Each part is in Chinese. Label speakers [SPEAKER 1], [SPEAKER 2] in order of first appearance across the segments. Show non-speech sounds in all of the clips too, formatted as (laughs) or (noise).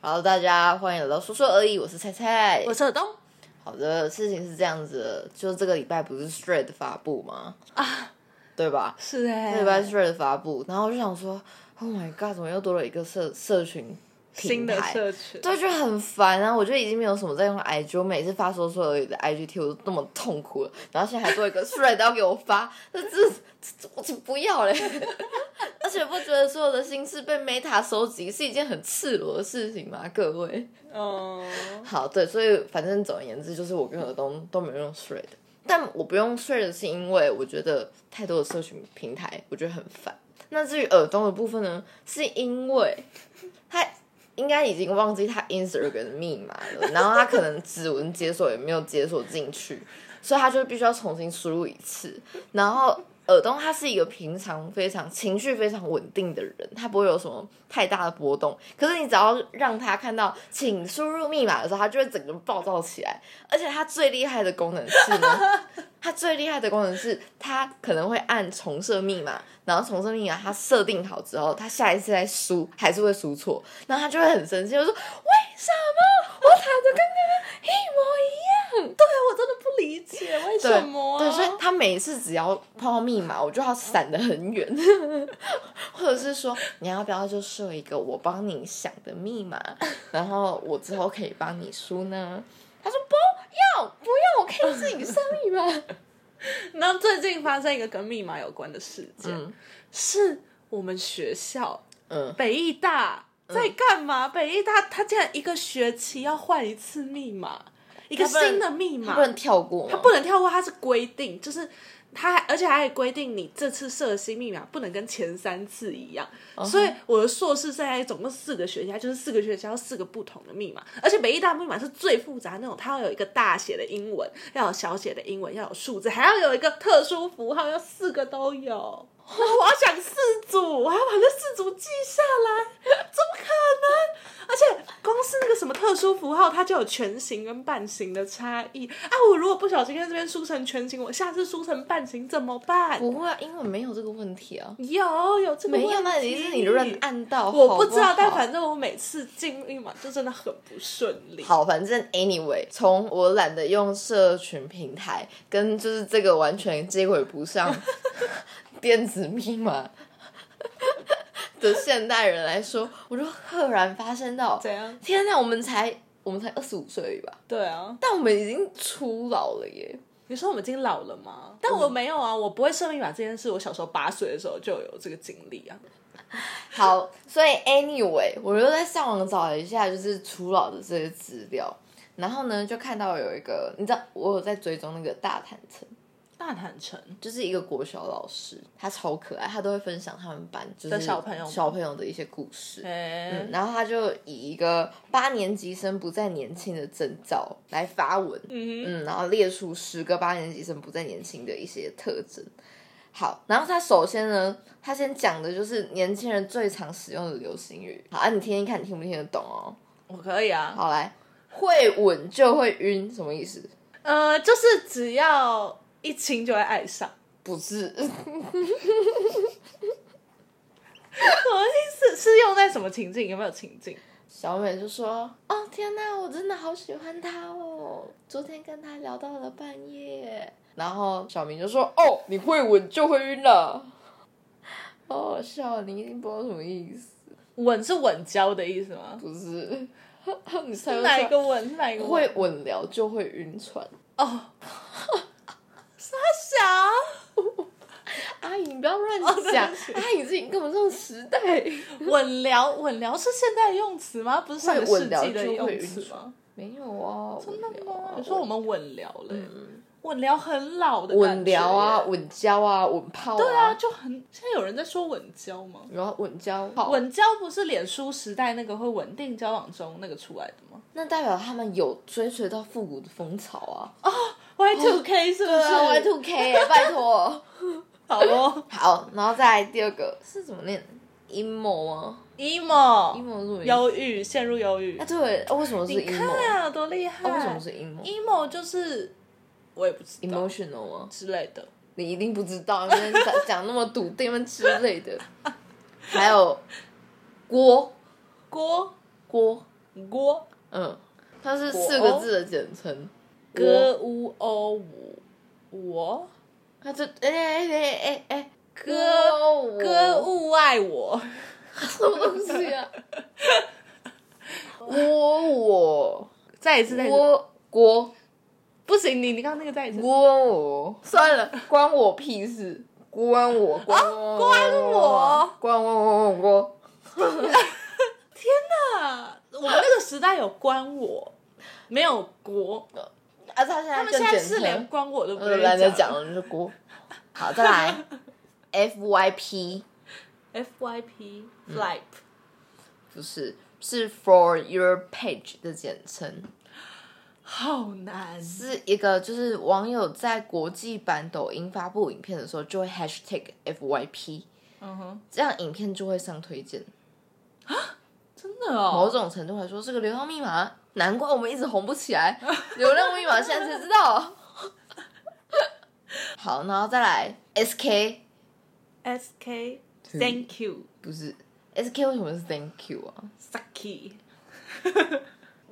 [SPEAKER 1] Hello，大家欢迎来到说说而已，我是菜菜
[SPEAKER 2] 我。是东
[SPEAKER 1] 好的，事情是这样子的，就这个礼拜不是 Straight 发布吗？啊，对吧？
[SPEAKER 2] 是哎、
[SPEAKER 1] 这礼拜 Straight 发布，然后我就想说，Oh my God，怎么又多了一个社社群平
[SPEAKER 2] 新的
[SPEAKER 1] 台？
[SPEAKER 2] 社群，
[SPEAKER 1] 对，就很烦啊！我就已经没有什么在用 IG，我每次发说说而已的 IG 贴我都那么痛苦了，然后现在还做一个 thread 要给我发，这这这我就不要嘞！而且不觉得所有的心事被 Meta 收集是一件很赤裸的事情吗？各位，
[SPEAKER 2] 嗯，
[SPEAKER 1] 好，对，所以反正总而言之，就是我跟尔东都没有用 thread，但我不用 thread 是因为我觉得太多的社群平台，我觉得很烦。那至于耳东的部分呢，是因为他应该已经忘记他 Instagram 的密码了，然后他可能指纹解锁也没有解锁进去，所以他就必须要重新输入一次。然后耳东他是一个平常非常情绪非常稳定的人，他不会有什么太大的波动。可是你只要让他看到请输入密码的时候，他就会整个暴躁起来。而且他最厉害的功能是呢，他最厉害的功能是，他可能会按重设密码，然后重设密码他设定好之后，他下一次再输还是会输错，然后他就会很生气，就说为什么我打的跟刚刚一模一样？
[SPEAKER 2] 对啊我真的不理解
[SPEAKER 1] 对
[SPEAKER 2] 为什么、啊
[SPEAKER 1] 对，所以他每一次只要碰到密码，我就要闪得很远， (laughs) 或者是说你要不要就设一个我帮你想的密 (laughs) 码，然后我之后可以帮你输呢？他说不要不要，我可以自己设密码。
[SPEAKER 2] 那最近发生一个跟密码有关的事
[SPEAKER 1] (laughs)
[SPEAKER 2] 件，
[SPEAKER 1] 嗯
[SPEAKER 2] 是我们学校
[SPEAKER 1] 嗯，
[SPEAKER 2] 北艺大在干嘛？北艺大他竟然一个学期要换一次密码，一个
[SPEAKER 1] 他不能
[SPEAKER 2] 新的密码，
[SPEAKER 1] 他不能跳过吗，
[SPEAKER 2] 他不能跳过，它是规定，就是他而且还规定你这次设新密码不能跟前三次一样。所以我的硕士现在总共四个学期，它就是四个学期要四个不同的密码，而且北医大密码是最复杂的那种，它要有一个大写的英文，要有小写的英文，要有数字，还要有一个特殊符号，要四个都有。然后我要想四组，我还要把那四组记下来， (laughs) 怎么可能？而且光是那个什么特殊符号，它就有全形跟半形的差异啊！我如果不小心在这边输成全形，我下次输成半形怎么办？
[SPEAKER 1] 不会啊，因为没有这个问题啊。
[SPEAKER 2] 有有这个
[SPEAKER 1] 没有，
[SPEAKER 2] 问
[SPEAKER 1] 那
[SPEAKER 2] 题
[SPEAKER 1] 一定是你乱按到。
[SPEAKER 2] 我不知道，
[SPEAKER 1] 好好
[SPEAKER 2] 但反正我每次进密码就真的很不顺利。
[SPEAKER 1] 好，反正 anyway，从我懒得用社群平台，跟就是这个完全接轨不
[SPEAKER 2] (laughs)
[SPEAKER 1] 上电子密码的现代人来说，我就赫然发现到，
[SPEAKER 2] 怎样？
[SPEAKER 1] 天哪，我们才我们才二十五岁而已吧，
[SPEAKER 2] 对啊，
[SPEAKER 1] 但我们已经初老了耶。
[SPEAKER 2] 你说我们已经老了吗？但我没有啊，我不会设密码这件事，我小时候八岁的时候就有这个经历啊。
[SPEAKER 1] 好，所以 anyway，我又在上网找了一下，就是初老的这些资料，然后呢，就看到有一个，你知道，我有在追踪那个大坦诚，
[SPEAKER 2] 大坦诚，
[SPEAKER 1] 就是一个国小老师，他超可爱，他都会分享他们班就是
[SPEAKER 2] 的小朋友吗
[SPEAKER 1] 小朋友的一些故事。
[SPEAKER 2] 哎、
[SPEAKER 1] 嗯然后他就以一个八年级生不再年轻的征兆来发文，嗯，
[SPEAKER 2] 嗯
[SPEAKER 1] 然后列出十个八年级生不再年轻的一些特征。好，然后他首先呢，他先讲的就是年轻人最常使用的流行语。好，啊，你听听看，你听不听得懂哦？
[SPEAKER 2] 我可以啊。
[SPEAKER 1] 好，来，会吻就会晕，什么意思？
[SPEAKER 2] 呃，就是只要一亲就会爱上，
[SPEAKER 1] 不是，
[SPEAKER 2] 什么意思？是用在什么情境？有没有情境？
[SPEAKER 1] 小美就说：“哦天哪，我真的好喜欢他哦！昨天跟他聊到了半夜。”然后小明就说：“哦，你会吻就会晕了。”好好笑，你一定不知道什么意思，
[SPEAKER 2] 稳是稳交的意思吗？
[SPEAKER 1] 不是？ (laughs) 你猜
[SPEAKER 2] 是
[SPEAKER 1] 不
[SPEAKER 2] 哪一
[SPEAKER 1] 猜？
[SPEAKER 2] 个稳？是哪一个
[SPEAKER 1] 会吻聊就会晕船。
[SPEAKER 2] 哦？傻
[SPEAKER 1] 阿姨，你不要乱
[SPEAKER 2] 哦对
[SPEAKER 1] 讲，
[SPEAKER 2] 不起
[SPEAKER 1] 阿姨自己根本这种时代。
[SPEAKER 2] 小，稳聊稳聊是现代用词吗？不是上个
[SPEAKER 1] 会
[SPEAKER 2] 世
[SPEAKER 1] 稳聊
[SPEAKER 2] 纪的
[SPEAKER 1] 就会
[SPEAKER 2] 用
[SPEAKER 1] 晕
[SPEAKER 2] 词
[SPEAKER 1] 船
[SPEAKER 2] 吗？
[SPEAKER 1] 没有啊，真
[SPEAKER 2] 真的吗你说我
[SPEAKER 1] 们
[SPEAKER 2] 们稳聊了、稳聊很老的
[SPEAKER 1] 嗯吻聊啊，
[SPEAKER 2] 感觉耶，
[SPEAKER 1] 吻交啊，吻炮
[SPEAKER 2] 对啊，，就很现在有人在说稳交吗？
[SPEAKER 1] 然后吻交啊炮
[SPEAKER 2] 稳交不是脸书时代那个会稳定交往中那个出来的吗
[SPEAKER 1] 那代表他们有追随到复古的风潮啊！
[SPEAKER 2] ？Y two K 是不哦是
[SPEAKER 1] 对啊，Y two K，拜托。
[SPEAKER 2] (laughs) 好哦
[SPEAKER 1] 好，然后再来第二个是怎么念？emo 吗
[SPEAKER 2] ，emo
[SPEAKER 1] ？emo 是什么意思？
[SPEAKER 2] 忧郁陷入忧郁
[SPEAKER 1] 啊，，对，啊为什么是
[SPEAKER 2] 你看
[SPEAKER 1] emo？哦
[SPEAKER 2] 啊，多厉害！
[SPEAKER 1] 那为什么是 emo？emotional
[SPEAKER 2] emo 就是我也不知道
[SPEAKER 1] 吗？
[SPEAKER 2] 之类的，
[SPEAKER 1] 你一定不知
[SPEAKER 2] (laughs)
[SPEAKER 1] 道，因为讲讲那么笃定们之类的。还有锅
[SPEAKER 2] 锅
[SPEAKER 1] 锅
[SPEAKER 2] 锅
[SPEAKER 1] 嗯，它是四个字的简称。
[SPEAKER 2] 歌乌欧舞我
[SPEAKER 1] 它就哎哎哎哎哎，
[SPEAKER 2] 歌歌勿爱我，
[SPEAKER 1] 什么东西 (laughs) 啊？我我
[SPEAKER 2] 再一次再一次
[SPEAKER 1] 我国
[SPEAKER 2] 不行，你你刚刚那个再一次
[SPEAKER 1] 我我 (laughs) 算了，关我屁事，关我关我
[SPEAKER 2] 关我
[SPEAKER 1] 关我我我我。
[SPEAKER 2] 啊！我们那个时代有关我，没有国，
[SPEAKER 1] 啊，他现在
[SPEAKER 2] 他
[SPEAKER 1] 他
[SPEAKER 2] 们现在是
[SPEAKER 1] (laughs)
[SPEAKER 2] 连关我都不
[SPEAKER 1] 呃
[SPEAKER 2] 愿
[SPEAKER 1] 懒
[SPEAKER 2] 意
[SPEAKER 1] 得讲了，你就锅。好，再来 (laughs) F Y P 嗯
[SPEAKER 2] FYP FLIP，
[SPEAKER 1] 不是是 For Your Page 的简称。
[SPEAKER 2] 好难。
[SPEAKER 1] 是一个就是网友在国际版抖音发布影片的时候，就会 hashtag FYP，
[SPEAKER 2] 嗯哼，
[SPEAKER 1] 这样影片就会上推荐。
[SPEAKER 2] 真的哦，
[SPEAKER 1] 某种程度来说，是个流量密码，难怪我们一直红不起来。 (laughs) 流量密码现在才知道。 (laughs) 好，然后再来 SK，
[SPEAKER 2] S K Thank you
[SPEAKER 1] 不是 SK 为什么是 Thank you 啊？
[SPEAKER 2] Saki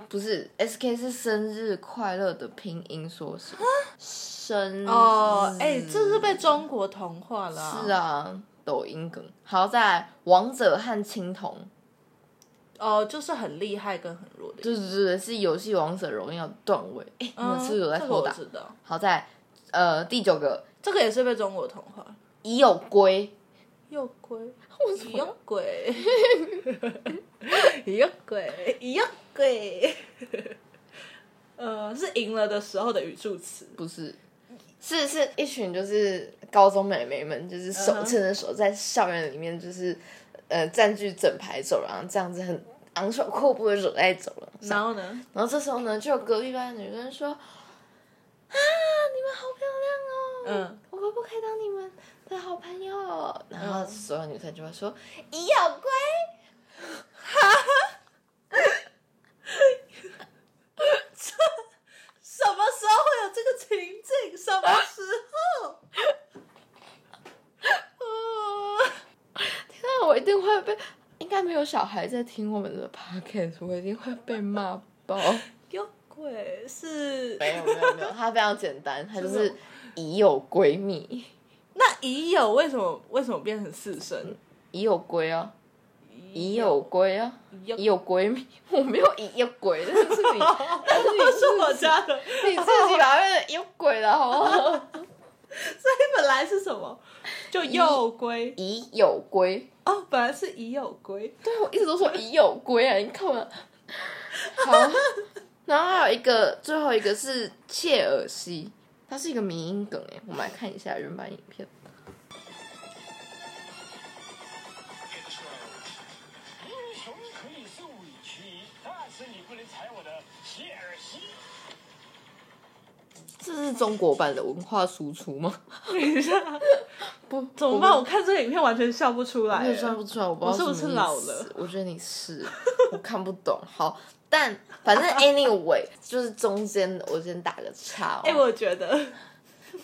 [SPEAKER 1] 不是 SK 是生日快乐的拼音缩写，生
[SPEAKER 2] 哦，哎、
[SPEAKER 1] 日
[SPEAKER 2] 这是被中国同化了、
[SPEAKER 1] 是，啊，抖音梗。好，再来王者和青铜，
[SPEAKER 2] 哦，就是很厉害跟很弱的意
[SPEAKER 1] 对
[SPEAKER 2] 思，
[SPEAKER 1] 对对，是游戏王者荣耀段位。哎、你们
[SPEAKER 2] 嗯
[SPEAKER 1] 是不是有在
[SPEAKER 2] 这个
[SPEAKER 1] 偷
[SPEAKER 2] 我
[SPEAKER 1] 打？
[SPEAKER 2] 知道，
[SPEAKER 1] 好，再来呃第九个
[SPEAKER 2] 这个也是被中国同化。
[SPEAKER 1] 已有龟，
[SPEAKER 2] 又鬼， (laughs) 又鬼，又鬼，又鬼。 (laughs) 呃，是赢了的时候的语助词。
[SPEAKER 1] 不是。是是一群就是高中美眉们，就是手
[SPEAKER 2] 嗯哼
[SPEAKER 1] 牵着手在校园里面，就是呃占据整排走廊，这样子很昂首阔步的走在走廊上。
[SPEAKER 2] 然后呢？
[SPEAKER 1] 然后这时候呢，就有隔壁班的女生说：“啊，你们好漂亮哦！
[SPEAKER 2] 嗯，
[SPEAKER 1] 我可不可以当你们的好朋友？然后所有女生就会说：“已有龟，
[SPEAKER 2] 什么时候会有这个情境？什么时 (laughs) 候？呃
[SPEAKER 1] 那我一定会被，应该没有小孩在听我们的 podcast，我一定会被骂爆。
[SPEAKER 2] 又鬼是
[SPEAKER 1] 没有没有没有，它非常简单，它就是是已有闺蜜，
[SPEAKER 2] 那已有为什么为什么变成四声？
[SPEAKER 1] 已有龟啊，已
[SPEAKER 2] 已
[SPEAKER 1] 有龟啊，
[SPEAKER 2] 已
[SPEAKER 1] 已
[SPEAKER 2] 有，
[SPEAKER 1] 有闺蜜， (laughs) 我没有已有鬼，但是 (laughs) 你，但是
[SPEAKER 2] 这哦是我家的。
[SPEAKER 1] 你你自己把它变成已有鬼了，好不好？ (laughs)
[SPEAKER 2] 所以本来是什么？就又归
[SPEAKER 1] 已有龟，
[SPEAKER 2] 哦，本来是已有归。
[SPEAKER 1] 对我一直都说已有龟啊，你看我。 (laughs) 好，然后还有一个，最后一个是切尔西，它是一个迷音梗哎，我们来看一下原版影片。
[SPEAKER 3] 英雄可以受委屈，但是你不能踩我的切尔西。
[SPEAKER 1] 这是中国版的文化输出吗？
[SPEAKER 2] 等一下，
[SPEAKER 1] 不，
[SPEAKER 2] (laughs) 怎么办？我看这个影片完全笑不出
[SPEAKER 1] 我
[SPEAKER 2] 来
[SPEAKER 1] 也算
[SPEAKER 2] 耶。
[SPEAKER 1] 不出来，我不知道
[SPEAKER 2] 我是不是
[SPEAKER 1] 什么
[SPEAKER 2] 老
[SPEAKER 1] 意思
[SPEAKER 2] 了？
[SPEAKER 1] (laughs) 我觉得你是，我看不懂。好，但反正 anyway，就是中间我先打个岔、哦。
[SPEAKER 2] (laughs) 哎、我觉得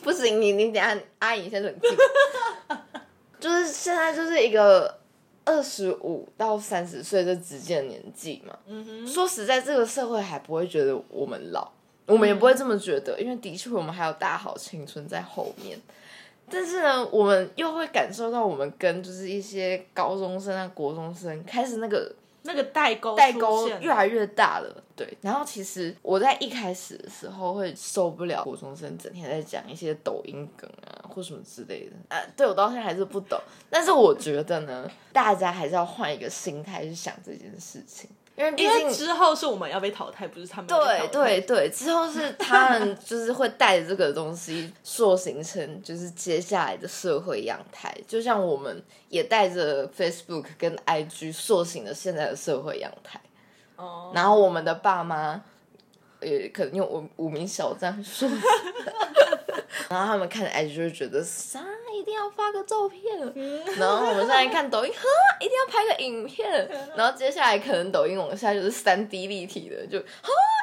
[SPEAKER 1] 不行，你你等一下，阿姨先冷静。就是现在就是一个二十五到三十岁这之间的年纪嘛。说实在，这个社会还不会觉得我们老，我们也不会这么觉得，因为的确我们还有大好青春在后面。但是呢，我们又会感受到，我们跟就是一些高中生啊、国中生开始那个
[SPEAKER 2] 那个代沟
[SPEAKER 1] 代沟
[SPEAKER 2] 出现
[SPEAKER 1] 越来越大了，对。然后其实我在一开始的时候会受不了国中生整天在讲一些抖音梗啊或什么之类的，啊，对我到现在还是不懂。但是我觉得呢，大家还是要换一个心态去想这件事情，因为毕
[SPEAKER 2] 因为
[SPEAKER 1] 竟。
[SPEAKER 2] 之后是我们要被淘汰，不是他们要被淘
[SPEAKER 1] 对
[SPEAKER 2] 汰
[SPEAKER 1] 对对，之后是他们就是会带着这个东西塑形成就是接下来的社会样态，就像我们也带着 Facebook 跟 IG 塑形了现在的社会样态。
[SPEAKER 2] 哦，
[SPEAKER 1] 然后我们的爸妈，呃，可能用无无名小站说， (laughs) 然后他们看着 IG 就会觉得啥一定要发个照片，然后我们现在看抖音，呵，一定要拍个影片，然后接下来可能抖音往下就是三 D 立体的，就呵，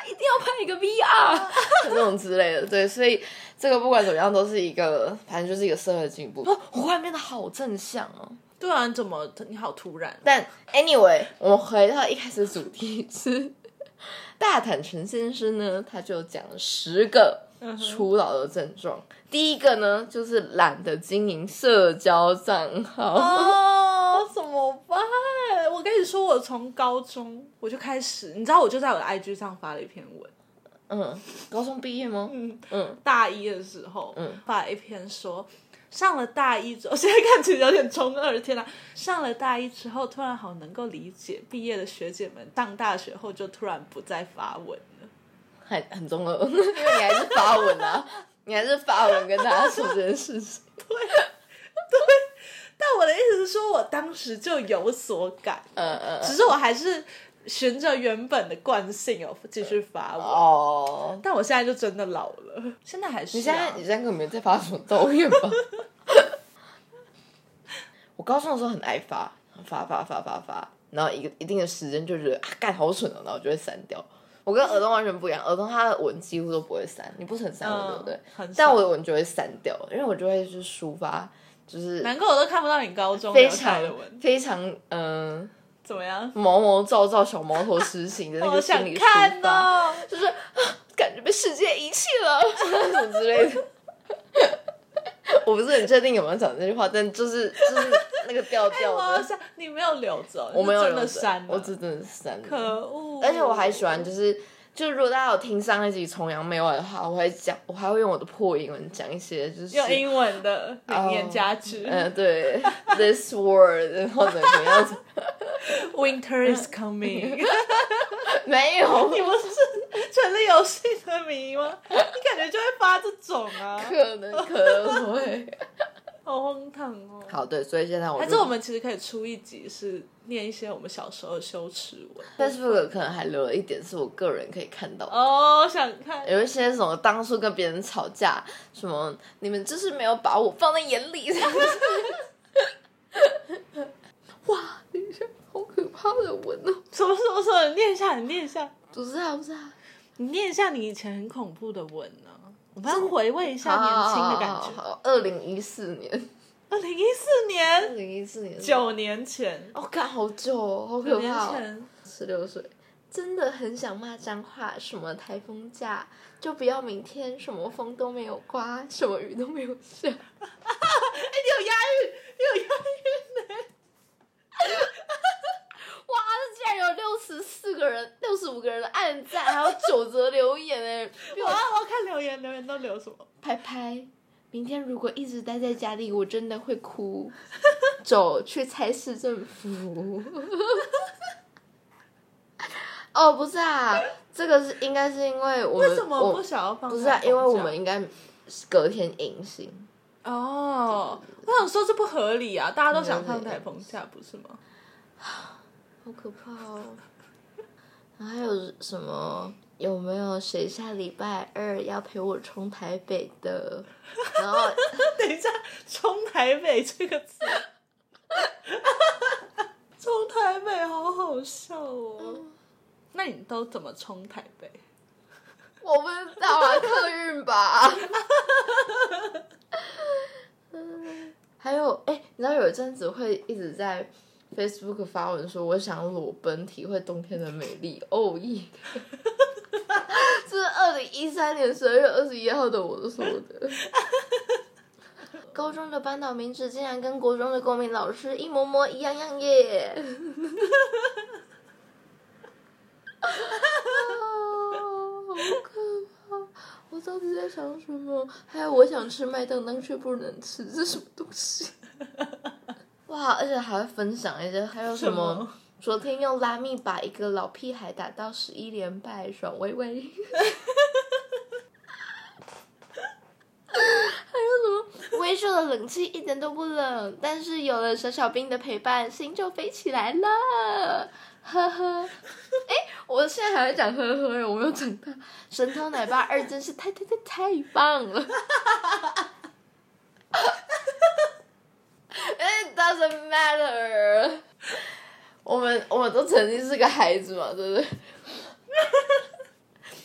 [SPEAKER 1] 一定要拍一个 VR (laughs) 这种之类的，对，所以这个不管怎么样都是一个，反正就是一个社会进步。哦我忽然变得好正向哦。
[SPEAKER 2] 对啊，你怎么你好突然？
[SPEAKER 1] 但 anyway，我们回到一开始的主题是大坦诚先生呢，他就讲了十个
[SPEAKER 2] 嗯
[SPEAKER 1] 初老的症状。第一个呢，就是懒得经营社交账号。
[SPEAKER 2] 哦，怎么办？我跟你说，我从高中我就开始，你知道，我就在我的 IG 上发了一篇文，
[SPEAKER 1] 嗯，高中毕业吗？
[SPEAKER 2] 嗯，
[SPEAKER 1] 嗯，
[SPEAKER 2] 大一的时候，
[SPEAKER 1] 嗯
[SPEAKER 2] 发了一篇说，上了大一之后， (laughs) 现在看起来有点中二，天哪！上了大一之后，突然好能够理解毕业的学姐们，上大学后就突然不再发文了。
[SPEAKER 1] 很很中二，因为你还是发文啊，你还是发文跟大家说这件事情。
[SPEAKER 2] 但我的意思是说，我当时就有所感，
[SPEAKER 1] 嗯嗯，
[SPEAKER 2] 只
[SPEAKER 1] 嗯
[SPEAKER 2] 是我还是循着原本的惯性有继续发文。
[SPEAKER 1] 哦，
[SPEAKER 2] 但我现在就真的老了，现在还是、啊。
[SPEAKER 1] 你现在你现在根本没在发什么抱怨吧？ (laughs) 我高中的时候很爱发，发发发发发，然后一个一定的时间就觉得啊，干好蠢哦，然后就会删掉。我跟耳东完全不一样，耳东他的文几乎都不会删，你不是很删我、
[SPEAKER 2] 嗯
[SPEAKER 1] 对不对？
[SPEAKER 2] 很少
[SPEAKER 1] 但我的文就会删掉，因为我就会去抒发，就是
[SPEAKER 2] 难怪我都看不到你高中
[SPEAKER 1] 非
[SPEAKER 2] 留下来
[SPEAKER 1] 常
[SPEAKER 2] 的文，
[SPEAKER 1] 非常嗯、
[SPEAKER 2] 怎么样？
[SPEAKER 1] 毛毛躁躁小毛头痴情的那
[SPEAKER 2] 好
[SPEAKER 1] 个心
[SPEAKER 2] 想
[SPEAKER 1] 理抒
[SPEAKER 2] 看
[SPEAKER 1] 发。
[SPEAKER 2] 哦。
[SPEAKER 1] 就是、啊、感觉被世界遗弃了，什么之类的。 (laughs) 我不是很确定有没有讲这句话，但就是就是那个调
[SPEAKER 2] 哎
[SPEAKER 1] 调
[SPEAKER 2] 我好
[SPEAKER 1] 的，
[SPEAKER 2] 想你没有留着，
[SPEAKER 1] 我没有
[SPEAKER 2] 你
[SPEAKER 1] 留
[SPEAKER 2] 是真的
[SPEAKER 1] 着
[SPEAKER 2] 删了，
[SPEAKER 1] 我只真的删了。
[SPEAKER 2] 可恶。
[SPEAKER 1] 而且我还喜欢，就是就是如果大家有听上一集崇洋媚外的话，我还讲，我还会用我的破英文讲一些，就是
[SPEAKER 2] 用英文的名言佳句、
[SPEAKER 1] 嗯、对，this word 或者怎么样子，
[SPEAKER 2] w i n t e r is
[SPEAKER 1] (laughs)
[SPEAKER 2] coming。
[SPEAKER 1] 没有
[SPEAKER 2] 你不是权力游戏的迷吗？你感觉就会发这种啊，
[SPEAKER 1] 可能可能会。
[SPEAKER 2] 好荒唐哦。
[SPEAKER 1] 好，对，所以现在我
[SPEAKER 2] 还是
[SPEAKER 1] 就
[SPEAKER 2] 我们其实可以出一集是念一些我们小时候的羞耻文
[SPEAKER 1] Facebook 可能还留了一点是我个人可以看到的。
[SPEAKER 2] 哦，想看。
[SPEAKER 1] 有一些什么当初跟别人吵架，什么你们就是没有把我放在眼里， (laughs) 哇，等一下，好可怕的文哦！
[SPEAKER 2] 什么什么什么？你念一下，你念一下，
[SPEAKER 1] 不是啊，不是啊，
[SPEAKER 2] 你念一下你以前很恐怖的文呢、我们要回味一下年轻的感觉。
[SPEAKER 1] 觉。二零一四年，
[SPEAKER 2] 二零一四
[SPEAKER 1] 二
[SPEAKER 2] 年，
[SPEAKER 1] 零一四年，
[SPEAKER 2] 九年前，
[SPEAKER 1] 哦，干好久哦，好
[SPEAKER 2] 九
[SPEAKER 1] 可
[SPEAKER 2] 年
[SPEAKER 1] 怕哦！
[SPEAKER 2] 前，
[SPEAKER 1] 十六岁，真的很想骂脏话，什么台风假就不要明天，什么风都没有刮，什么雨都没有下。
[SPEAKER 2] (laughs) 哎、你有押韵，你有押韵呢、
[SPEAKER 1] (laughs) 哇，这竟然有六十四个人、六十五个人的暗赞，还有九则留言
[SPEAKER 2] (laughs)
[SPEAKER 1] 哎！比
[SPEAKER 2] 我
[SPEAKER 1] 我
[SPEAKER 2] 要我要看留言，留言都留什么？
[SPEAKER 1] 拍拍，明天如果一直待在家里，我真的会哭。 (laughs) 走，去猜市政府。哦，不是啊，这个是应该是因为我们
[SPEAKER 2] 为什么
[SPEAKER 1] 我
[SPEAKER 2] 不想要放
[SPEAKER 1] 不
[SPEAKER 2] 在放假？
[SPEAKER 1] 是啊，因为我们应该隔天迎新。
[SPEAKER 2] 哦，我想说这不合理啊！大家都想放台风假，不是吗？
[SPEAKER 1] 好可怕哦！还有什么？有没有谁下礼拜二要陪我冲台北的？然后
[SPEAKER 2] (laughs) 等一下，冲台北这个词， (laughs) 冲台北好好笑哦。
[SPEAKER 1] 嗯
[SPEAKER 2] 那你都怎么冲台北？
[SPEAKER 1] 我不知道啊，客运吧。嗯 (laughs) 还有，哎、你知道有一阵子会一直在 Facebook 发文说，我想裸奔，体会冬天的美丽。哦耶！这是二零一三年十二月二十一号的我说 (laughs) 的。高中的班导名字竟然跟国中的公民老师一模模一样样耶！哦啊好可怕！我到底在想什么？还有我想吃麦当当却不能吃，这什么东西？哇！而且还会分享一些，还有什么？
[SPEAKER 2] 什么
[SPEAKER 1] 昨天用拉密把一个老屁孩打到十一连败，爽微微。还有什么？微秀的冷气一点都不冷，但是有了小小兵的陪伴，心就飞起来了。呵呵，哎，我现在还会讲呵呵，我没有长大。神偷奶爸二真是太太太太棒了。It doesn't matter。我们我们都曾经是个孩子嘛，对不 (laughs) 对？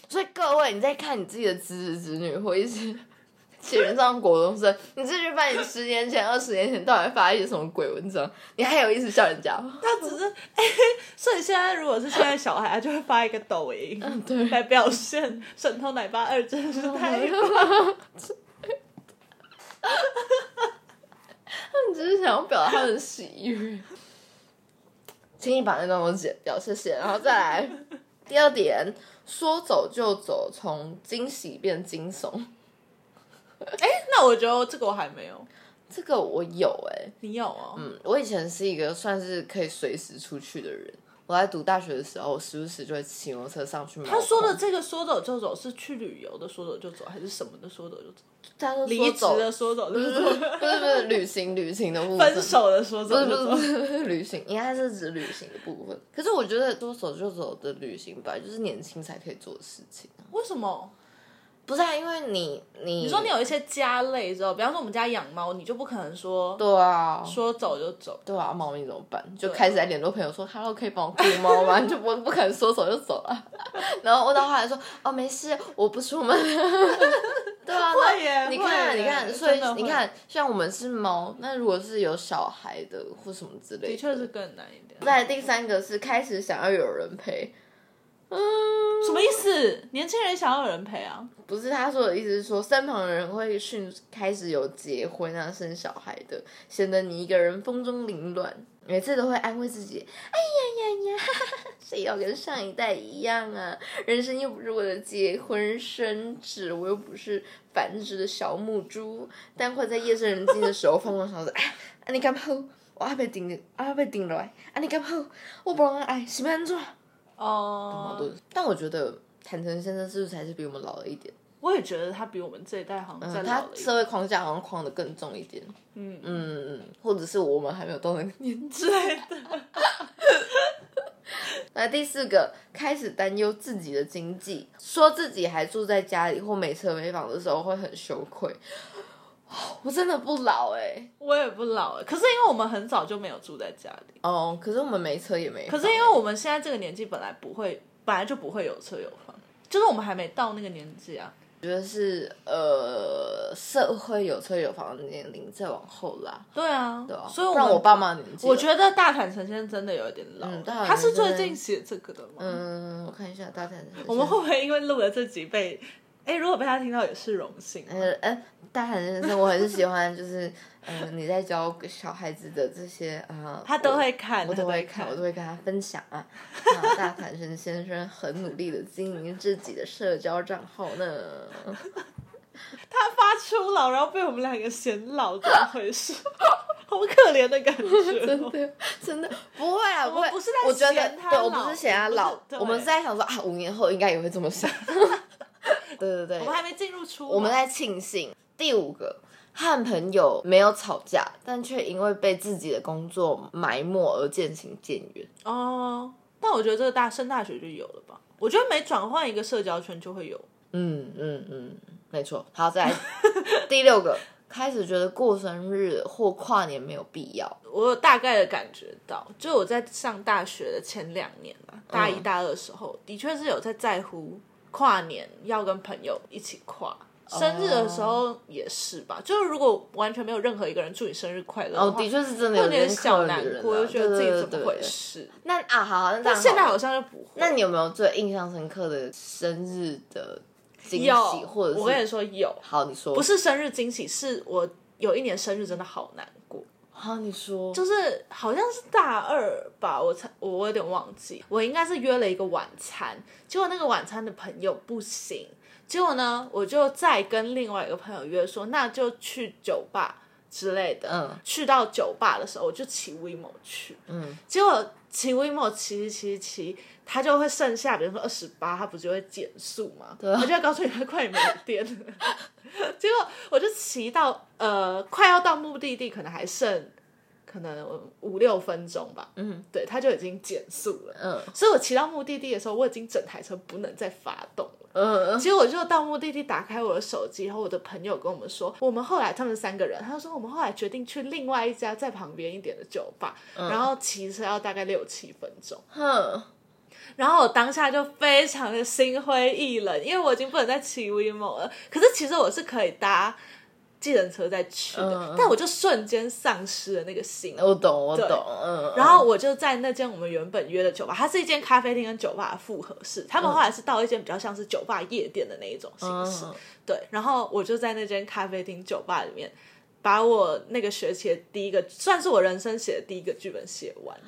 [SPEAKER 1] 所以各位，你在看你自己的侄子侄女或一些写人上国中生，你这就把你十年前、二十年前到底发一些什么鬼文章，你还有意思笑人家吗？ (laughs)
[SPEAKER 2] 他只是哎、所以现在如果是现在小孩，他就会发一个抖音，
[SPEAKER 1] 嗯对嗯
[SPEAKER 2] 来表现神偷奶爸二真是太
[SPEAKER 1] 他们只是想要表达他们的喜悦。请你把那段我剪掉，谢谢。然后再来第二点，说走就走，从惊喜变惊悚。
[SPEAKER 2] 那我觉得这个我还没有，
[SPEAKER 1] 这个我有哎、
[SPEAKER 2] 你有哦？
[SPEAKER 1] 嗯，我以前是一个算是可以随时出去的人。我在读大学的时候，我时不时就会骑摩托车上去猫空。
[SPEAKER 2] 他说的这个说走就走是去旅游的说走就走，还是什么的说走就走？
[SPEAKER 1] 他说
[SPEAKER 2] 离
[SPEAKER 1] 说
[SPEAKER 2] 职
[SPEAKER 1] 走，嗯
[SPEAKER 2] (laughs) 的说走就走，
[SPEAKER 1] 不是不是旅行旅行的部分，
[SPEAKER 2] 分手的说
[SPEAKER 1] 不
[SPEAKER 2] 走
[SPEAKER 1] 是
[SPEAKER 2] 就走
[SPEAKER 1] 不。是不是 (laughs) 旅行，应该是指旅行的部分。可是我觉得说走就走的旅行吧，就是年轻才可以做的事情啊。
[SPEAKER 2] 为什么？
[SPEAKER 1] 不是啊，因为你你
[SPEAKER 2] 你说你有一些家累之后，比方说我们家养猫，你就不可能说
[SPEAKER 1] 对啊，
[SPEAKER 2] 说走就走。
[SPEAKER 1] 对啊，猫咪怎么办？就开始在联络朋友说，Hello，可以帮我雇猫
[SPEAKER 2] (laughs)
[SPEAKER 1] 吗？你就不不肯说走就走了。 (laughs) 然后我到后来说，哦，没事，我不出门。 (laughs) 对啊，那
[SPEAKER 2] 会耶
[SPEAKER 1] 你
[SPEAKER 2] 会
[SPEAKER 1] 看，
[SPEAKER 2] 耶
[SPEAKER 1] 你看，所以
[SPEAKER 2] 真的会
[SPEAKER 1] 你看，像我们是猫，那如果是有小孩的或什么之类
[SPEAKER 2] 的
[SPEAKER 1] 的
[SPEAKER 2] 确是更难一点。
[SPEAKER 1] 在第三个是开始想要有人陪，嗯，
[SPEAKER 2] 什么意思？年轻人想要有人陪啊？
[SPEAKER 1] 不是他说的意思是说，身旁的人会迅开始有结婚啊、生小孩的，显得你一个人风中凌乱。每次都会安慰自己，哎呀呀呀，哈哈哈谁要跟上一代一样啊？人生又不是为了结婚生子，我又不是繁殖的小母猪。但会在夜深人静的时候疯狂想着，哎， (laughs) 啊你干嘛？我还被顶了，我还被顶了，啊你干嘛？我不能爱，是要安怎样？
[SPEAKER 2] 哦、
[SPEAKER 1] 但我觉得坦诚先生是不是还是比我们老了一点？
[SPEAKER 2] 我也觉得他比我们这一代好像再
[SPEAKER 1] 嗯他
[SPEAKER 2] 老了一
[SPEAKER 1] 社
[SPEAKER 2] 点。
[SPEAKER 1] 会框架好像框的更重一点。嗯嗯嗯，或者是我们还没有到那个年
[SPEAKER 2] (laughs)
[SPEAKER 1] 纪。
[SPEAKER 2] 之类的，
[SPEAKER 1] 那第四个，开始担忧自己的经济，说自己还住在家里或没车没房的时候会很羞愧。哦我真的不老哎、
[SPEAKER 2] 我也不老了。可是因为我们很早就没有住在家里，
[SPEAKER 1] 哦，可是我们没车也没房欸。
[SPEAKER 2] 可是因为我们现在这个年纪本来不会，本来就不会有车有房，就是我们还没到那个年纪啊。
[SPEAKER 1] 我觉得是呃，社会有车有房的年龄再往后啦，
[SPEAKER 2] 对啊，
[SPEAKER 1] 对吧、
[SPEAKER 2] 所以
[SPEAKER 1] 不
[SPEAKER 2] 我
[SPEAKER 1] 然
[SPEAKER 2] 们
[SPEAKER 1] 我爸妈年纪了，
[SPEAKER 2] 我觉得大坦诚先生真的有一点老了、
[SPEAKER 1] 嗯大坦
[SPEAKER 2] 他
[SPEAKER 1] 诚
[SPEAKER 2] 是
[SPEAKER 1] 先
[SPEAKER 2] 最
[SPEAKER 1] 生
[SPEAKER 2] 近写这个的吗？
[SPEAKER 1] 嗯，我看一下大坦诚先生，
[SPEAKER 2] 我们会不会因为录了这集被，哎、如果被他听到也是荣幸。啊
[SPEAKER 1] 呃呃，大喊先生，我很喜欢，就是嗯、呃，你在教小孩子的这些啊，
[SPEAKER 2] 他都
[SPEAKER 1] 我
[SPEAKER 2] 会看
[SPEAKER 1] 我
[SPEAKER 2] 他
[SPEAKER 1] 都
[SPEAKER 2] 都会
[SPEAKER 1] 会看，
[SPEAKER 2] 看
[SPEAKER 1] 我都会跟他分享啊。啊大坦诚先生很努力的经营自己的社交账号呢。
[SPEAKER 2] 他发初老，然后被我们两个嫌老，怎么回事？ (laughs) 好可怜的感觉
[SPEAKER 1] (laughs) 真
[SPEAKER 2] 哦。
[SPEAKER 1] 的，真的不会啊，不
[SPEAKER 2] 们
[SPEAKER 1] 会。
[SPEAKER 2] 不是在
[SPEAKER 1] 我觉
[SPEAKER 2] 嫌
[SPEAKER 1] 得，
[SPEAKER 2] 他
[SPEAKER 1] 对，我
[SPEAKER 2] 老
[SPEAKER 1] 不是嫌他
[SPEAKER 2] 不是
[SPEAKER 1] 老，
[SPEAKER 2] 对
[SPEAKER 1] 我们是在想说啊，五年后应该也会这么
[SPEAKER 2] (laughs)
[SPEAKER 1] 想。对对对，
[SPEAKER 2] 我们还没进入初老，
[SPEAKER 1] 我们在庆幸。第五个，和朋友没有吵架，但却因为被自己的工作埋没而渐行渐远。
[SPEAKER 2] 哦。但我觉得这个大升大学就有了吧？我觉得每转换一个社交圈就会有。
[SPEAKER 1] 嗯嗯嗯，没错。好，再
[SPEAKER 2] (laughs)
[SPEAKER 1] 来第六个，开始觉得过生日或跨年没有必要。
[SPEAKER 2] 我有大概的感觉到，就我在上大学的前两年
[SPEAKER 1] 嗯
[SPEAKER 2] 吧，大一大二的时候，的确是有在在乎跨年要跟朋友一起跨。生日的时候
[SPEAKER 1] 哦
[SPEAKER 2] 也是吧，就是如果完全没有任何一个人祝你生日快乐
[SPEAKER 1] 哦，
[SPEAKER 2] 话
[SPEAKER 1] 的确是真的
[SPEAKER 2] 会有
[SPEAKER 1] 点
[SPEAKER 2] 点小
[SPEAKER 1] 可
[SPEAKER 2] 难
[SPEAKER 1] 怜
[SPEAKER 2] 过，
[SPEAKER 1] 啊
[SPEAKER 2] 就觉得自己
[SPEAKER 1] 对对
[SPEAKER 2] 怎
[SPEAKER 1] 对
[SPEAKER 2] 么回
[SPEAKER 1] 对
[SPEAKER 2] 事。
[SPEAKER 1] 那啊，好好，那这
[SPEAKER 2] 但
[SPEAKER 1] 样
[SPEAKER 2] 现在
[SPEAKER 1] 好
[SPEAKER 2] 好
[SPEAKER 1] 了
[SPEAKER 2] 像就不会。
[SPEAKER 1] 那你有没有最印象深刻的生日的惊喜，
[SPEAKER 2] 有，
[SPEAKER 1] 或者是
[SPEAKER 2] 我跟你说有，
[SPEAKER 1] 好，你说
[SPEAKER 2] 不是生日惊喜，是我有一年生日真的好难过。
[SPEAKER 1] 好，你说
[SPEAKER 2] 就是好像是大二吧，我才我我有点忘记，我应该是约了一个晚餐，结果那个晚餐的朋友不行，结果呢，我就再跟另外一个朋友约说，那就去酒吧之类的。
[SPEAKER 1] 嗯
[SPEAKER 2] 去到酒吧的时候，我就骑 WeMo 去，
[SPEAKER 1] 嗯，
[SPEAKER 2] 结果骑 WeMo 骑骑骑，它就会剩下，比如说二十八，它不就会减速嘛？
[SPEAKER 1] 对啊
[SPEAKER 2] 我就要告诉你它快没电了。 (laughs) 结果我就骑到呃，快要到目的地，可能还剩可能五六分钟吧。
[SPEAKER 1] 嗯，
[SPEAKER 2] 对，它就已经减速了。
[SPEAKER 1] 嗯
[SPEAKER 2] 所以我骑到目的地的时候，我已经整台车不能再发动了。
[SPEAKER 1] 嗯嗯
[SPEAKER 2] 结果我就到目的地，打开我的手机，然后我的朋友跟我们说，我们后来他们三个人，他说我们后来决定去另外一家在旁边一点的酒吧，
[SPEAKER 1] 嗯
[SPEAKER 2] 然后骑车要大概六七分钟。嗯
[SPEAKER 1] 哼，
[SPEAKER 2] 然后我当下就非常的心灰意冷，因为我已经不能再骑 WeMo 了。可是其实我是可以搭计程车再去的，
[SPEAKER 1] 嗯嗯哦
[SPEAKER 2] 但我就瞬间丧失了那个心。
[SPEAKER 1] 我懂，我
[SPEAKER 2] 对
[SPEAKER 1] 懂，嗯。
[SPEAKER 2] 然后我就在那间我们原本约的酒吧，它是一间咖啡厅跟酒吧的复合式，他们后来是到一间比较像是酒吧夜店的那一种形式。
[SPEAKER 1] 嗯
[SPEAKER 2] 对，然后我就在那间咖啡厅酒吧里面，把我那个学期的第一个，算是我人生写的第一个剧本写完。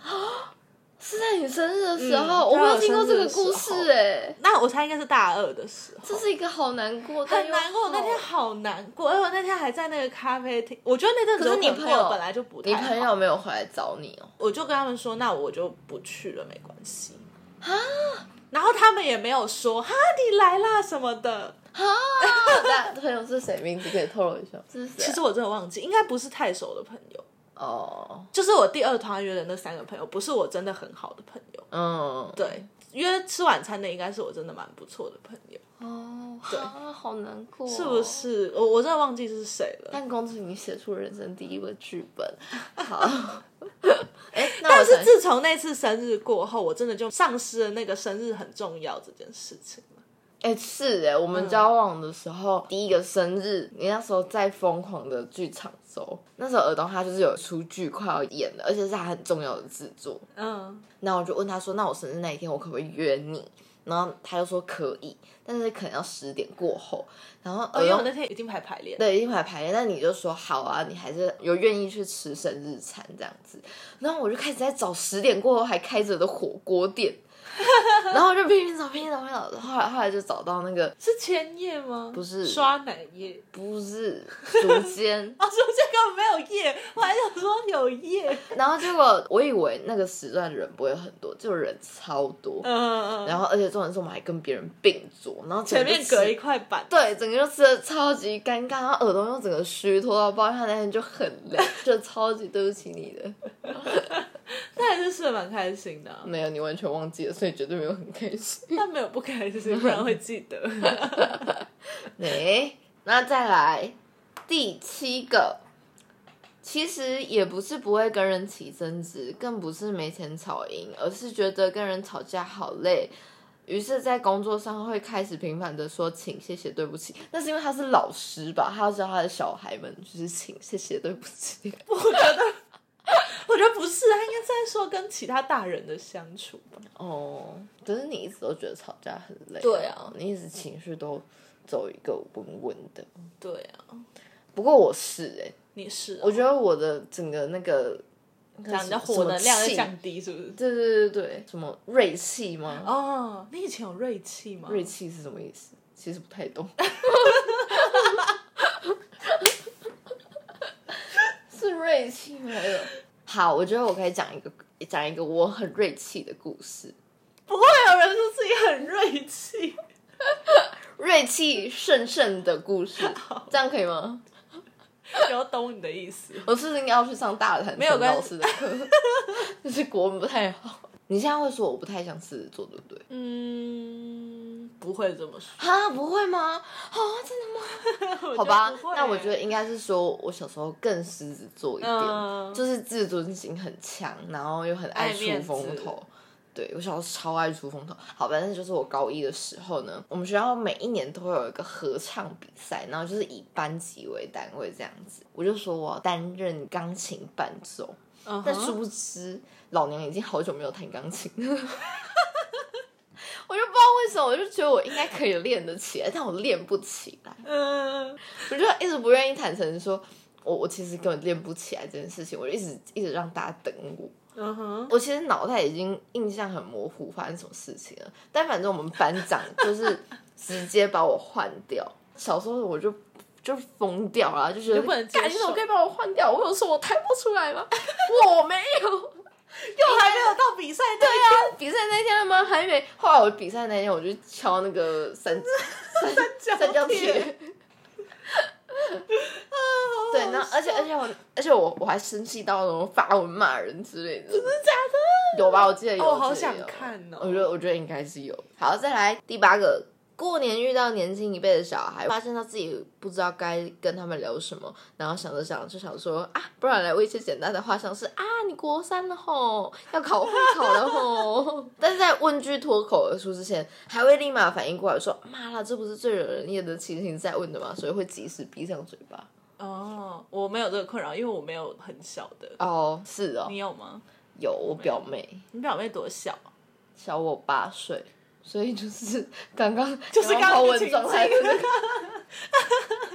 [SPEAKER 1] 是在你生日的时
[SPEAKER 2] 嗯
[SPEAKER 1] 候，我没有
[SPEAKER 2] 在我
[SPEAKER 1] 听过
[SPEAKER 2] 生
[SPEAKER 1] 这
[SPEAKER 2] 日
[SPEAKER 1] 个
[SPEAKER 2] 的
[SPEAKER 1] 故
[SPEAKER 2] 时候
[SPEAKER 1] 事哎，
[SPEAKER 2] 那我猜应该是大二的时候
[SPEAKER 1] 这。是一个好难过，但
[SPEAKER 2] 很
[SPEAKER 1] 又哦
[SPEAKER 2] 难过，那天
[SPEAKER 1] 好
[SPEAKER 2] 好难过，而且我那天还在那个咖啡厅，我觉得那阵子
[SPEAKER 1] 可是
[SPEAKER 2] 我
[SPEAKER 1] 你
[SPEAKER 2] 可
[SPEAKER 1] 朋
[SPEAKER 2] 能过得
[SPEAKER 1] 友
[SPEAKER 2] 本来就不
[SPEAKER 1] 你
[SPEAKER 2] 太
[SPEAKER 1] 朋
[SPEAKER 2] 好，
[SPEAKER 1] 友没有回来找你 (laughs) 哦，
[SPEAKER 2] 我就跟他们说，那我就不去了，没关系
[SPEAKER 1] 啊
[SPEAKER 2] 然后他们也没有说哈你来啦什么的，
[SPEAKER 1] 那朋友是谁？名字可以透露一下吗？是谁啊？
[SPEAKER 2] 其实我真的忘记，应该不是太熟的朋友，
[SPEAKER 1] 哦，
[SPEAKER 2] 就是我第二团约的那三个朋友，不是我真的很好的朋友。
[SPEAKER 1] 嗯，
[SPEAKER 2] 对，约吃晚餐的应该是我真的蛮不错的朋友，
[SPEAKER 1] 哦，啊，好难过哦，
[SPEAKER 2] 是不是？我我真的忘记是谁了。
[SPEAKER 1] 但恭喜你写出人生第一个剧本， (laughs) 好。哎、那我
[SPEAKER 2] 但
[SPEAKER 1] 想
[SPEAKER 2] 是自从那次生日过后，我真的就丧失了那个生日很重要这件事情了。
[SPEAKER 1] 哎、是哎、我们交往的时候、第一个生日，你那时候在疯狂的剧场周，那时候尔东他就是有出剧快要演了，而且是他很重要的制作。
[SPEAKER 2] 嗯，
[SPEAKER 1] 那我就问他说，那我生日那一天我可不可以约你？然后他就说可以，但是可能要十点过后。然后
[SPEAKER 2] 哦，
[SPEAKER 1] 尔
[SPEAKER 2] 因为我
[SPEAKER 1] 东
[SPEAKER 2] 那天已经排排练，
[SPEAKER 1] 对，一定排排练。那你就说好啊，你还是有愿意去吃生日餐这样子。然后我就开始在找十点过后还开着的火锅店，然后我就拼命找，拼命找，拼命找。后来后来就找到那个
[SPEAKER 2] 是千叶吗？
[SPEAKER 1] 不是
[SPEAKER 2] 刷奶叶。，
[SPEAKER 1] 不是竹间
[SPEAKER 2] (laughs) 哦，是不是根本没有叶？我还想说有叶。
[SPEAKER 1] (laughs) 然后结果我以为那个时段人不会很多，就人超多。
[SPEAKER 2] (laughs) 嗯，
[SPEAKER 1] 然
[SPEAKER 2] 后
[SPEAKER 1] 后而且重点是我们还跟别人并桌，然后整
[SPEAKER 2] 前
[SPEAKER 1] 个就
[SPEAKER 2] 面隔
[SPEAKER 1] 吃
[SPEAKER 2] 一块板。
[SPEAKER 1] 对，整个就吃的超级尴尬，然后耳朵又整个虚脱到爆，因为他那天就很累， (laughs) 就超级对不起你的。
[SPEAKER 2] 但还是吃的蛮开心的啊、
[SPEAKER 1] 没有，你完全忘记了，所以绝对没有很开心。
[SPEAKER 2] 但没有不开心，不然会记得。 (laughs)
[SPEAKER 1] 哎、那再来第七个，其实也不是不会跟人起争执，更不是没钱吵赢，而是觉得跟人吵架好累。于是，在工作上会开始频繁的说请、谢谢、对不起。那是因为他是老师吧，他要教他的小孩们就是请、谢谢、对不起。
[SPEAKER 2] 我觉得不是，啊他应该是在说跟其他大人的相处吧。
[SPEAKER 1] 哦，可是你一直都觉得吵架很累。
[SPEAKER 2] 对啊，
[SPEAKER 1] 你一直情绪都走一个稳稳的。
[SPEAKER 2] (laughs) 对啊，
[SPEAKER 1] 不过我是哎、
[SPEAKER 2] 你是、啊
[SPEAKER 1] 我觉得我的整个那个
[SPEAKER 2] 讲你的
[SPEAKER 1] 什么
[SPEAKER 2] 火能量在
[SPEAKER 1] 气
[SPEAKER 2] 降低，是不是？
[SPEAKER 1] 对对对对，什么锐气吗？
[SPEAKER 2] 哦，你以前有锐气吗？
[SPEAKER 1] 锐气是什么意思？其实不太懂。 (laughs) 是锐气没有。好，我觉得我可以讲一个讲一个我很锐气的故事。
[SPEAKER 2] 不会啊有人说自己很锐气，
[SPEAKER 1] 锐气盛盛的故事，这样可以吗？
[SPEAKER 2] (laughs) 有懂你的意思。
[SPEAKER 1] 我是不是应该要去上大谈
[SPEAKER 2] 没有关
[SPEAKER 1] 老师的课？ (laughs) 就是国文不太好。你现在会说我不太想狮子座，对不对？
[SPEAKER 2] 嗯，不会这么 (laughs) 说。
[SPEAKER 1] 啊，不会吗？啊，真的吗？好
[SPEAKER 2] 好
[SPEAKER 1] 吧，那我觉
[SPEAKER 2] 欸
[SPEAKER 1] 得应该是说，我小时候更狮子座一点，
[SPEAKER 2] 嗯
[SPEAKER 1] 就是自尊心很强，然后又很爱
[SPEAKER 2] 爱
[SPEAKER 1] 出
[SPEAKER 2] 面子
[SPEAKER 1] 风头。对，我小时候超爱出风头。好，反正就是我高一的时候呢，我们学校每一年都会有一个合唱比赛，然后就是以班级为单位这样子。我就说我要担任钢琴伴奏，
[SPEAKER 2] 嗯哼，
[SPEAKER 1] 但殊不知，老娘已经好久没有弹钢琴了。我就不知道为什么，我就觉得我应该可以练得起来，但我练不起来，
[SPEAKER 2] 嗯，
[SPEAKER 1] 我就一直不愿意坦诚说，我我其实根本练不起来这件事情，我就一直一直让大家等我。
[SPEAKER 2] 嗯 (laughs) 哼，
[SPEAKER 1] 我其实脑袋已经印象很模糊，发生什么事情了。但反正我们班长就是直接把我换掉。小时候我就就疯掉了，就觉
[SPEAKER 2] 你
[SPEAKER 1] 得
[SPEAKER 2] 就不能接
[SPEAKER 1] 干你怎么
[SPEAKER 2] 受
[SPEAKER 1] 可以把我换掉？我有说我弹不出来吗？我没有， (laughs) 又还没有。
[SPEAKER 2] 到比赛
[SPEAKER 1] 对啊，比赛那天了吗？还没。后来我比赛那天，我就敲那个三
[SPEAKER 2] 三
[SPEAKER 1] 三角铁。对，然后而且而且我而且我我还生气到那种发文骂人之类的，真的假的？有吧？我记得有，
[SPEAKER 2] 哦我
[SPEAKER 1] 记得
[SPEAKER 2] 好想
[SPEAKER 1] 有
[SPEAKER 2] 看哦
[SPEAKER 1] 我觉得我觉得应该是有。好，再来第八个，过年遇到年轻一辈的小孩，发现他自己不知道该跟他们聊什么，然后想着想着就想说啊，不然来问一些简单的话，像是啊，你国三了吼，要考会考了吼。 (laughs) 但是在问句脱口而出之前，还会立马反应过来说，妈啦，这不是最惹人厌的情形在问的吗？所以会及时闭上嘴巴。
[SPEAKER 2] 哦，我没有这个困扰，因为我没有很小的。
[SPEAKER 1] 哦，是哦
[SPEAKER 2] 你，有吗？
[SPEAKER 1] 有我表妹
[SPEAKER 2] 你表妹多小啊？
[SPEAKER 1] 小我八岁，所以就是 (laughs) 刚刚
[SPEAKER 2] 就是刚刚
[SPEAKER 1] 头
[SPEAKER 2] 的
[SPEAKER 1] 文
[SPEAKER 2] 情
[SPEAKER 1] 状态
[SPEAKER 2] 境
[SPEAKER 1] 是这个。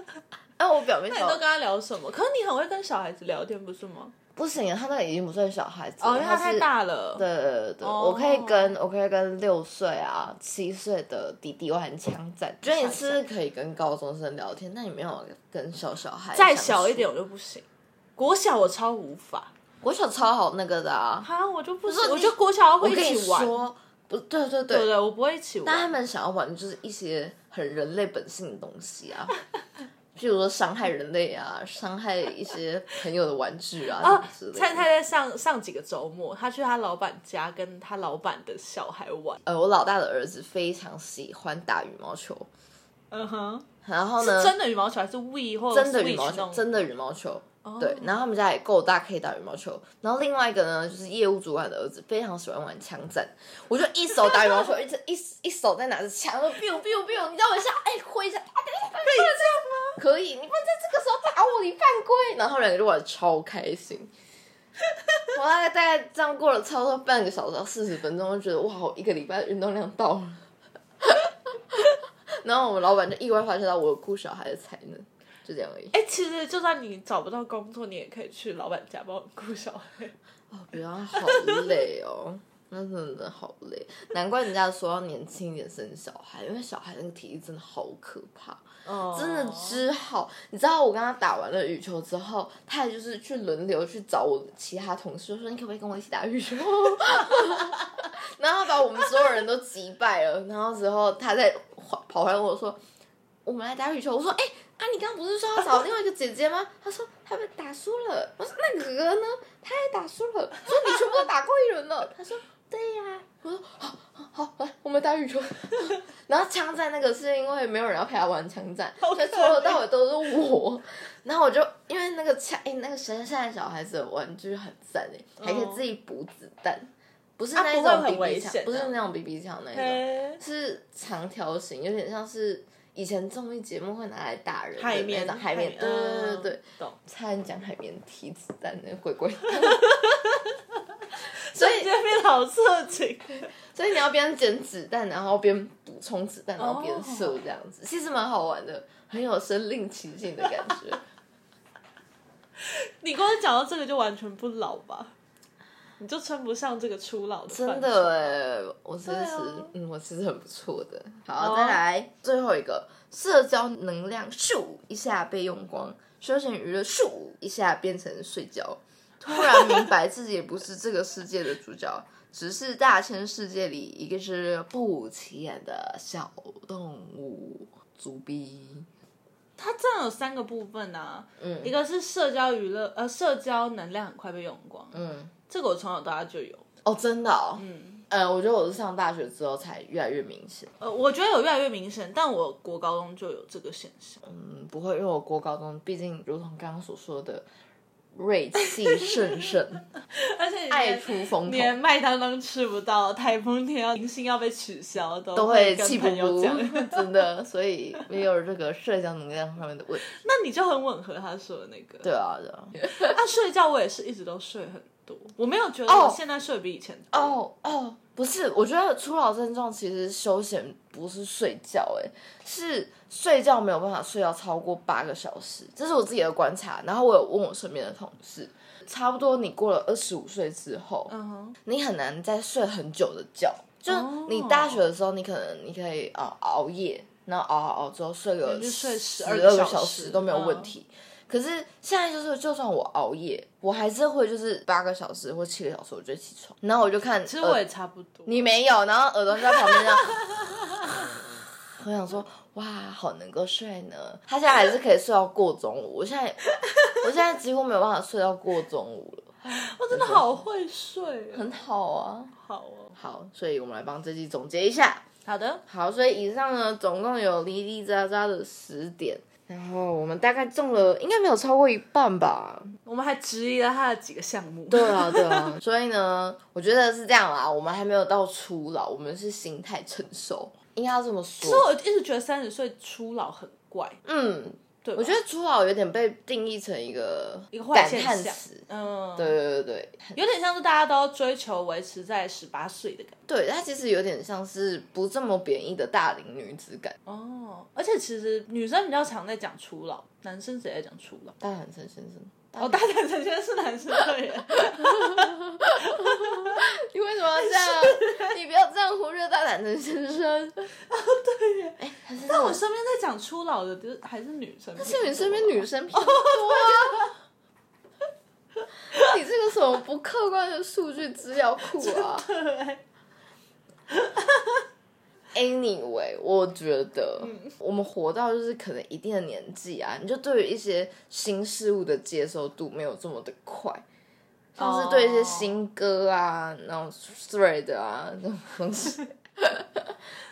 [SPEAKER 1] (laughs) 啊，我表妹
[SPEAKER 2] 那你都
[SPEAKER 1] 小
[SPEAKER 2] 跟她聊什么？可是你很会跟小孩子聊天，不是吗？
[SPEAKER 1] 不行，她那个已经不算小孩子了，
[SPEAKER 2] 哦，因为她
[SPEAKER 1] 她
[SPEAKER 2] 太
[SPEAKER 1] 是
[SPEAKER 2] 大了。
[SPEAKER 1] 对对对对，
[SPEAKER 2] 哦
[SPEAKER 1] 我可以跟我可以跟六岁啊、七岁的弟弟我很强战。觉得你是可以跟高中生聊天，但你没有跟小小孩。
[SPEAKER 2] 再小一点，我就不行。国小我超无法，
[SPEAKER 1] 国小超好那个的啊！
[SPEAKER 2] 哈，我就不
[SPEAKER 1] 不是
[SPEAKER 2] 行。
[SPEAKER 1] 你
[SPEAKER 2] 我觉得国小
[SPEAKER 1] 我
[SPEAKER 2] 会
[SPEAKER 1] 跟你
[SPEAKER 2] 一起玩，
[SPEAKER 1] 说，不对对
[SPEAKER 2] 对不
[SPEAKER 1] 对，
[SPEAKER 2] 对？我不会一起
[SPEAKER 1] 但他
[SPEAKER 2] 玩。
[SPEAKER 1] 们想要玩就是一些很人类本性的东西啊。 (laughs) 譬如说伤害人类啊，伤害一些朋友的玩具啊，
[SPEAKER 2] 啊
[SPEAKER 1] 什么之，类
[SPEAKER 2] 蔡
[SPEAKER 1] 的
[SPEAKER 2] 太在上上几个周末，她去她老板家跟她老板的小孩玩。
[SPEAKER 1] 呃，我老大的儿子非常喜欢打羽毛球，
[SPEAKER 2] 嗯哼，
[SPEAKER 1] 然后呢，
[SPEAKER 2] 是真的羽毛球还是 We 或者
[SPEAKER 1] 真的羽毛
[SPEAKER 2] Switch 那
[SPEAKER 1] 球，
[SPEAKER 2] 种
[SPEAKER 1] 真的羽毛球。对，然后他们家也够大，可以打羽毛球。然后另外一个呢，就是业务主管的儿子，非常喜欢玩枪战。我就一手打羽毛球，一直一一手在拿着枪，就 biu biu biu，你让我一下，哎，挥一下，啊，等一下，可以这样吗？可以，你不能在这个时候打我，你犯规。然后他们两个就玩的超开心。我大概大概这样过了差不多半个小时到四十分钟，就觉得哇，我一个礼拜的运动量到了。 (laughs) 然后我们老板就意外发现到我有顾小孩的才能，就这样而已。
[SPEAKER 2] 哎、其实就算你找不到工作，你也可以去老板家帮我顾小孩。
[SPEAKER 1] 不要，好累哦， (laughs) 那真的好累。难怪人家说要年轻一点生小孩，因为小孩那个体力真的好可怕，
[SPEAKER 2] 哦
[SPEAKER 1] 真的之好。你知道我跟他打完了羽球之后，他也就是去轮流去找我其他同事，就说你可不可以跟我一起打羽球？ (laughs) 然后他把我们所有人都击败了，然后之后他再跑跑回来跟我说，我们来打羽球。我说，哎、啊，你刚刚不是说要找另外一个姐姐吗？ (laughs) 他说他们打输了。我说那哥哥呢？他也打输了。我说你全部都打过一轮了。他说对呀、我说好，好，好来，我们打羽球。 (laughs) 然后枪战那个是因为没有人要陪他玩枪战，
[SPEAKER 2] 好
[SPEAKER 1] 所以从头到尾都是我。然后我就因为那个枪，哎、那个现现在小孩子的玩具很赞哎、还可以自己补子弹。不是
[SPEAKER 2] 哦啊
[SPEAKER 1] 那一
[SPEAKER 2] 不会
[SPEAKER 1] 种
[SPEAKER 2] 很
[SPEAKER 1] BB
[SPEAKER 2] 危
[SPEAKER 1] 枪，
[SPEAKER 2] 险
[SPEAKER 1] 不是
[SPEAKER 2] 啊
[SPEAKER 1] 那种 BB 枪那一种，
[SPEAKER 2] 嘿
[SPEAKER 1] 是长条形，有点像是以前综艺节目会拿来打人的
[SPEAKER 2] 海嗯
[SPEAKER 1] 那
[SPEAKER 2] 绵
[SPEAKER 1] 种海绵，嗯对对对对，，
[SPEAKER 2] 懂。
[SPEAKER 1] 差点讲海绵提子弹那鬼 (laughs) 鬼。所以，
[SPEAKER 2] (laughs) 这边好色情，
[SPEAKER 1] 所以你要边捡子弹，然后边补充子弹，然后边
[SPEAKER 2] 哦
[SPEAKER 1] 射这样子其实蛮好玩的，很有身临其境的感觉。
[SPEAKER 2] 你光讲到这个就完全不老吧？你就称不上这个初老的范畴
[SPEAKER 1] 真的哎，我其实、
[SPEAKER 2] 对啊
[SPEAKER 1] 嗯，我其实很不错的。好，
[SPEAKER 2] 哦
[SPEAKER 1] 再来最后一个，社交能量咻一下被用光，休闲娱乐咻一下变成睡觉，突然明白自己也不是这个世界的主角，只是大千世界里一个是不起眼的小动物。足逼，
[SPEAKER 2] 它这样有三个部分啊，
[SPEAKER 1] 嗯
[SPEAKER 2] 一个是社交娱乐，呃，社交能量很快被用光，
[SPEAKER 1] 嗯，
[SPEAKER 2] 这个我从小到大就有。
[SPEAKER 1] 哦，真的哦，
[SPEAKER 2] 嗯，
[SPEAKER 1] 呃，我觉得我是上大学之后才越来越明显，
[SPEAKER 2] 呃，我觉得有越来越明显，但我国高中就有这个现象。
[SPEAKER 1] 嗯，不会，因为我国高中毕竟如同刚刚所说的，锐
[SPEAKER 2] (laughs)
[SPEAKER 1] 气盛盛，
[SPEAKER 2] (laughs) 而且你连
[SPEAKER 1] 爱出风头，
[SPEAKER 2] 连麦当当吃不到，台风天要明星要被取消，都
[SPEAKER 1] 都
[SPEAKER 2] 会
[SPEAKER 1] 会
[SPEAKER 2] 跟
[SPEAKER 1] 气不
[SPEAKER 2] 朋友
[SPEAKER 1] 不
[SPEAKER 2] 讲。， (laughs)
[SPEAKER 1] 真的，所以没有这个社交能量上面的问题。
[SPEAKER 2] 那你就很吻合他说的那个。
[SPEAKER 1] 对啊，对啊。
[SPEAKER 2] 啊，睡觉我也是一直都睡很多，我没有觉得
[SPEAKER 1] 哦
[SPEAKER 2] 我现在睡比以前多。
[SPEAKER 1] 哦哦，不是，我觉得初老症状其实休闲不是睡觉、欸，哎，是睡觉没有办法睡到超过八个小时，这是我自己的观察。然后我有问我身边的同事，差不多你过了二十五岁之后，
[SPEAKER 2] 嗯哼，
[SPEAKER 1] 你很难再睡很久的觉。就是
[SPEAKER 2] 哦
[SPEAKER 1] 你大学的时候，你可能你可以啊、呃熬夜，然后熬熬熬之后睡个
[SPEAKER 2] 你就睡
[SPEAKER 1] 十
[SPEAKER 2] 12
[SPEAKER 1] 个
[SPEAKER 2] 个
[SPEAKER 1] 小
[SPEAKER 2] 小
[SPEAKER 1] 时
[SPEAKER 2] 时嗯
[SPEAKER 1] 都没有问题。可是现在就是，就算我熬夜，我还是会就是八个小时或七个小时我就起床，然后我就看，
[SPEAKER 2] 其实我也差不多。
[SPEAKER 1] 呃你没有，然后耳朵就在旁边
[SPEAKER 2] (laughs)
[SPEAKER 1] 这样。我想说，哇，好能够睡呢。他现在还是可以睡到过中午，我现在我现在几乎没有办法睡到过中午了，
[SPEAKER 2] 我真的好会睡哦，
[SPEAKER 1] 很好啊。
[SPEAKER 2] 好哦。
[SPEAKER 1] 好，所以我们来帮这集总结一下。
[SPEAKER 2] 好的，
[SPEAKER 1] 好，所以以上呢，总共有零零杂杂的十点，然后我们大概中了，应该没有超过一半吧。
[SPEAKER 2] 我们还质疑了他的几个项目。
[SPEAKER 1] 对啊，对啊。 (laughs) 所以呢，我觉得是这样啦，我们还没有到初老，我们是心态成熟，应该要这么
[SPEAKER 2] 所以
[SPEAKER 1] 说。
[SPEAKER 2] 我一直觉得三十岁初老很怪，
[SPEAKER 1] 嗯，
[SPEAKER 2] 对吧，
[SPEAKER 1] 我觉得初老有点被定义成一个
[SPEAKER 2] 一个坏
[SPEAKER 1] 感
[SPEAKER 2] 现
[SPEAKER 1] 叹
[SPEAKER 2] 象
[SPEAKER 1] 词。
[SPEAKER 2] 嗯，
[SPEAKER 1] 对，对对对
[SPEAKER 2] 有点像是大家都要追求维持在十八岁的感觉。
[SPEAKER 1] 对，它其实有点像是不这么贬义的大龄女子感，
[SPEAKER 2] 哦，而且其实女生比较常在讲初老，男生谁在讲初老？
[SPEAKER 1] 大喊陈先生。
[SPEAKER 2] 哦，大胆陈先是男生
[SPEAKER 1] (laughs)
[SPEAKER 2] 对耶，
[SPEAKER 1] 你为什么要这样？你不要这样忽略大胆陈先生。
[SPEAKER 2] 但我身边在讲初老的，就是还是女生偏多。
[SPEAKER 1] 是你身边女生偏多啊。你这个什么不客观的数据资料库啊 (laughs) ？Anyway，我觉得我们活到就是可能一定的年纪啊，你就对于一些新事物的接受度没有这么的快，像是对一些
[SPEAKER 2] 哦
[SPEAKER 1] 新歌啊、那种 thread 啊那种东西，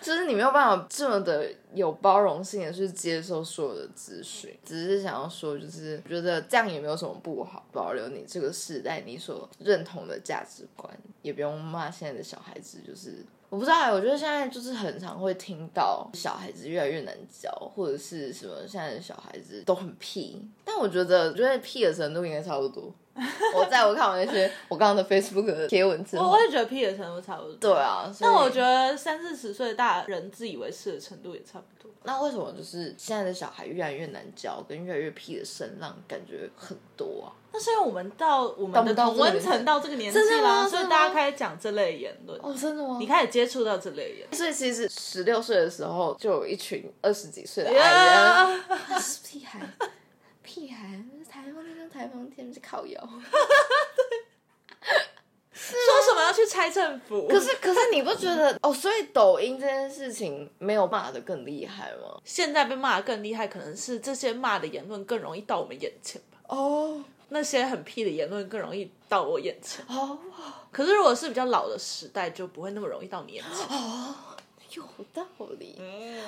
[SPEAKER 1] 就是你没有办法这么的有包容性的去接受所有的资讯，只是想要说，就是觉得这样也没有什么不好，保留你这个时代你所认同的价值观，也不用骂现在的小孩子，就是。我不知道欸，我觉得现在就是很常会听到小孩子越来越难教，或者是什么现在的小孩子都很屁，但我觉得，我觉得屁的程度应该差不多。 (laughs) 我在我看我那些我刚刚的 Facebook 的 (laughs) 贴文之
[SPEAKER 2] 啊我
[SPEAKER 1] 后
[SPEAKER 2] 我，也觉得 P 的程度差不多。
[SPEAKER 1] 对，啊，
[SPEAKER 2] 但我觉
[SPEAKER 1] 得。
[SPEAKER 2] 得三四十岁的大人自以为是的程度也差不多。
[SPEAKER 1] 那为什么就是现在的小孩越来越难教，跟越来越屁的声浪感觉很多啊？
[SPEAKER 2] 那是因为我们到我
[SPEAKER 1] 到
[SPEAKER 2] 们
[SPEAKER 1] 不
[SPEAKER 2] 的
[SPEAKER 1] 到
[SPEAKER 2] 同
[SPEAKER 1] 这个
[SPEAKER 2] 温
[SPEAKER 1] 年
[SPEAKER 2] 层
[SPEAKER 1] 纪
[SPEAKER 2] 到这个年纪
[SPEAKER 1] 真的
[SPEAKER 2] 啦，
[SPEAKER 1] 吗
[SPEAKER 2] 所以
[SPEAKER 1] 真的
[SPEAKER 2] 大家
[SPEAKER 1] 吗
[SPEAKER 2] 开始讲这类言论，
[SPEAKER 1] 哦，真的吗？
[SPEAKER 2] 你，开始接触到这类言
[SPEAKER 1] 所以其实十六岁的时候就有一群二十几哎岁的
[SPEAKER 2] 论。
[SPEAKER 1] 阿姨，
[SPEAKER 2] 呀
[SPEAKER 1] 那是 (laughs) 屁孩，屁孩，台风天跟台风天是靠摇。
[SPEAKER 2] 说什么要去拆政府？
[SPEAKER 1] 可是可是你不觉得哦？所以抖音这件事情没有骂的更厉害吗？
[SPEAKER 2] 现在被骂的更厉害，可能是这些骂的言论更容易到我们眼前吧。
[SPEAKER 1] 哦
[SPEAKER 2] 那些很屁的言论更容易到我眼前，
[SPEAKER 1] 哦，
[SPEAKER 2] 可是如果是比较老的时代，就不会那么容易到你眼
[SPEAKER 1] 嗯
[SPEAKER 2] 前。
[SPEAKER 1] 有道理。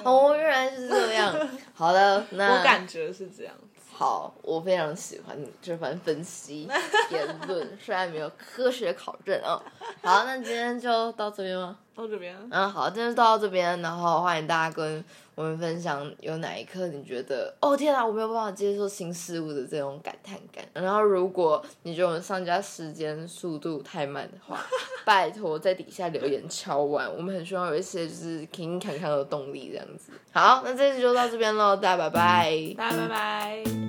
[SPEAKER 1] 哦，原来是这样。好的，那
[SPEAKER 2] 我感觉是这样子，
[SPEAKER 1] 好，我非常喜欢你这番分析言论，虽然没有科学考证啊、好，那今天就到这边吗？
[SPEAKER 2] 到这边
[SPEAKER 1] 嗯，好，今天就到这边，然后欢迎大家跟我们分享有哪一刻你觉得哦天啊，我没有办法接受新事物的这种感叹感。然后如果你觉得我们上架时间速度太慢的话，拜托在底下留言敲完，我们很希望有一些就是勤勤侃侃的动力这样子。好，那这期就到这边喽，大家拜拜。
[SPEAKER 2] 大家拜拜。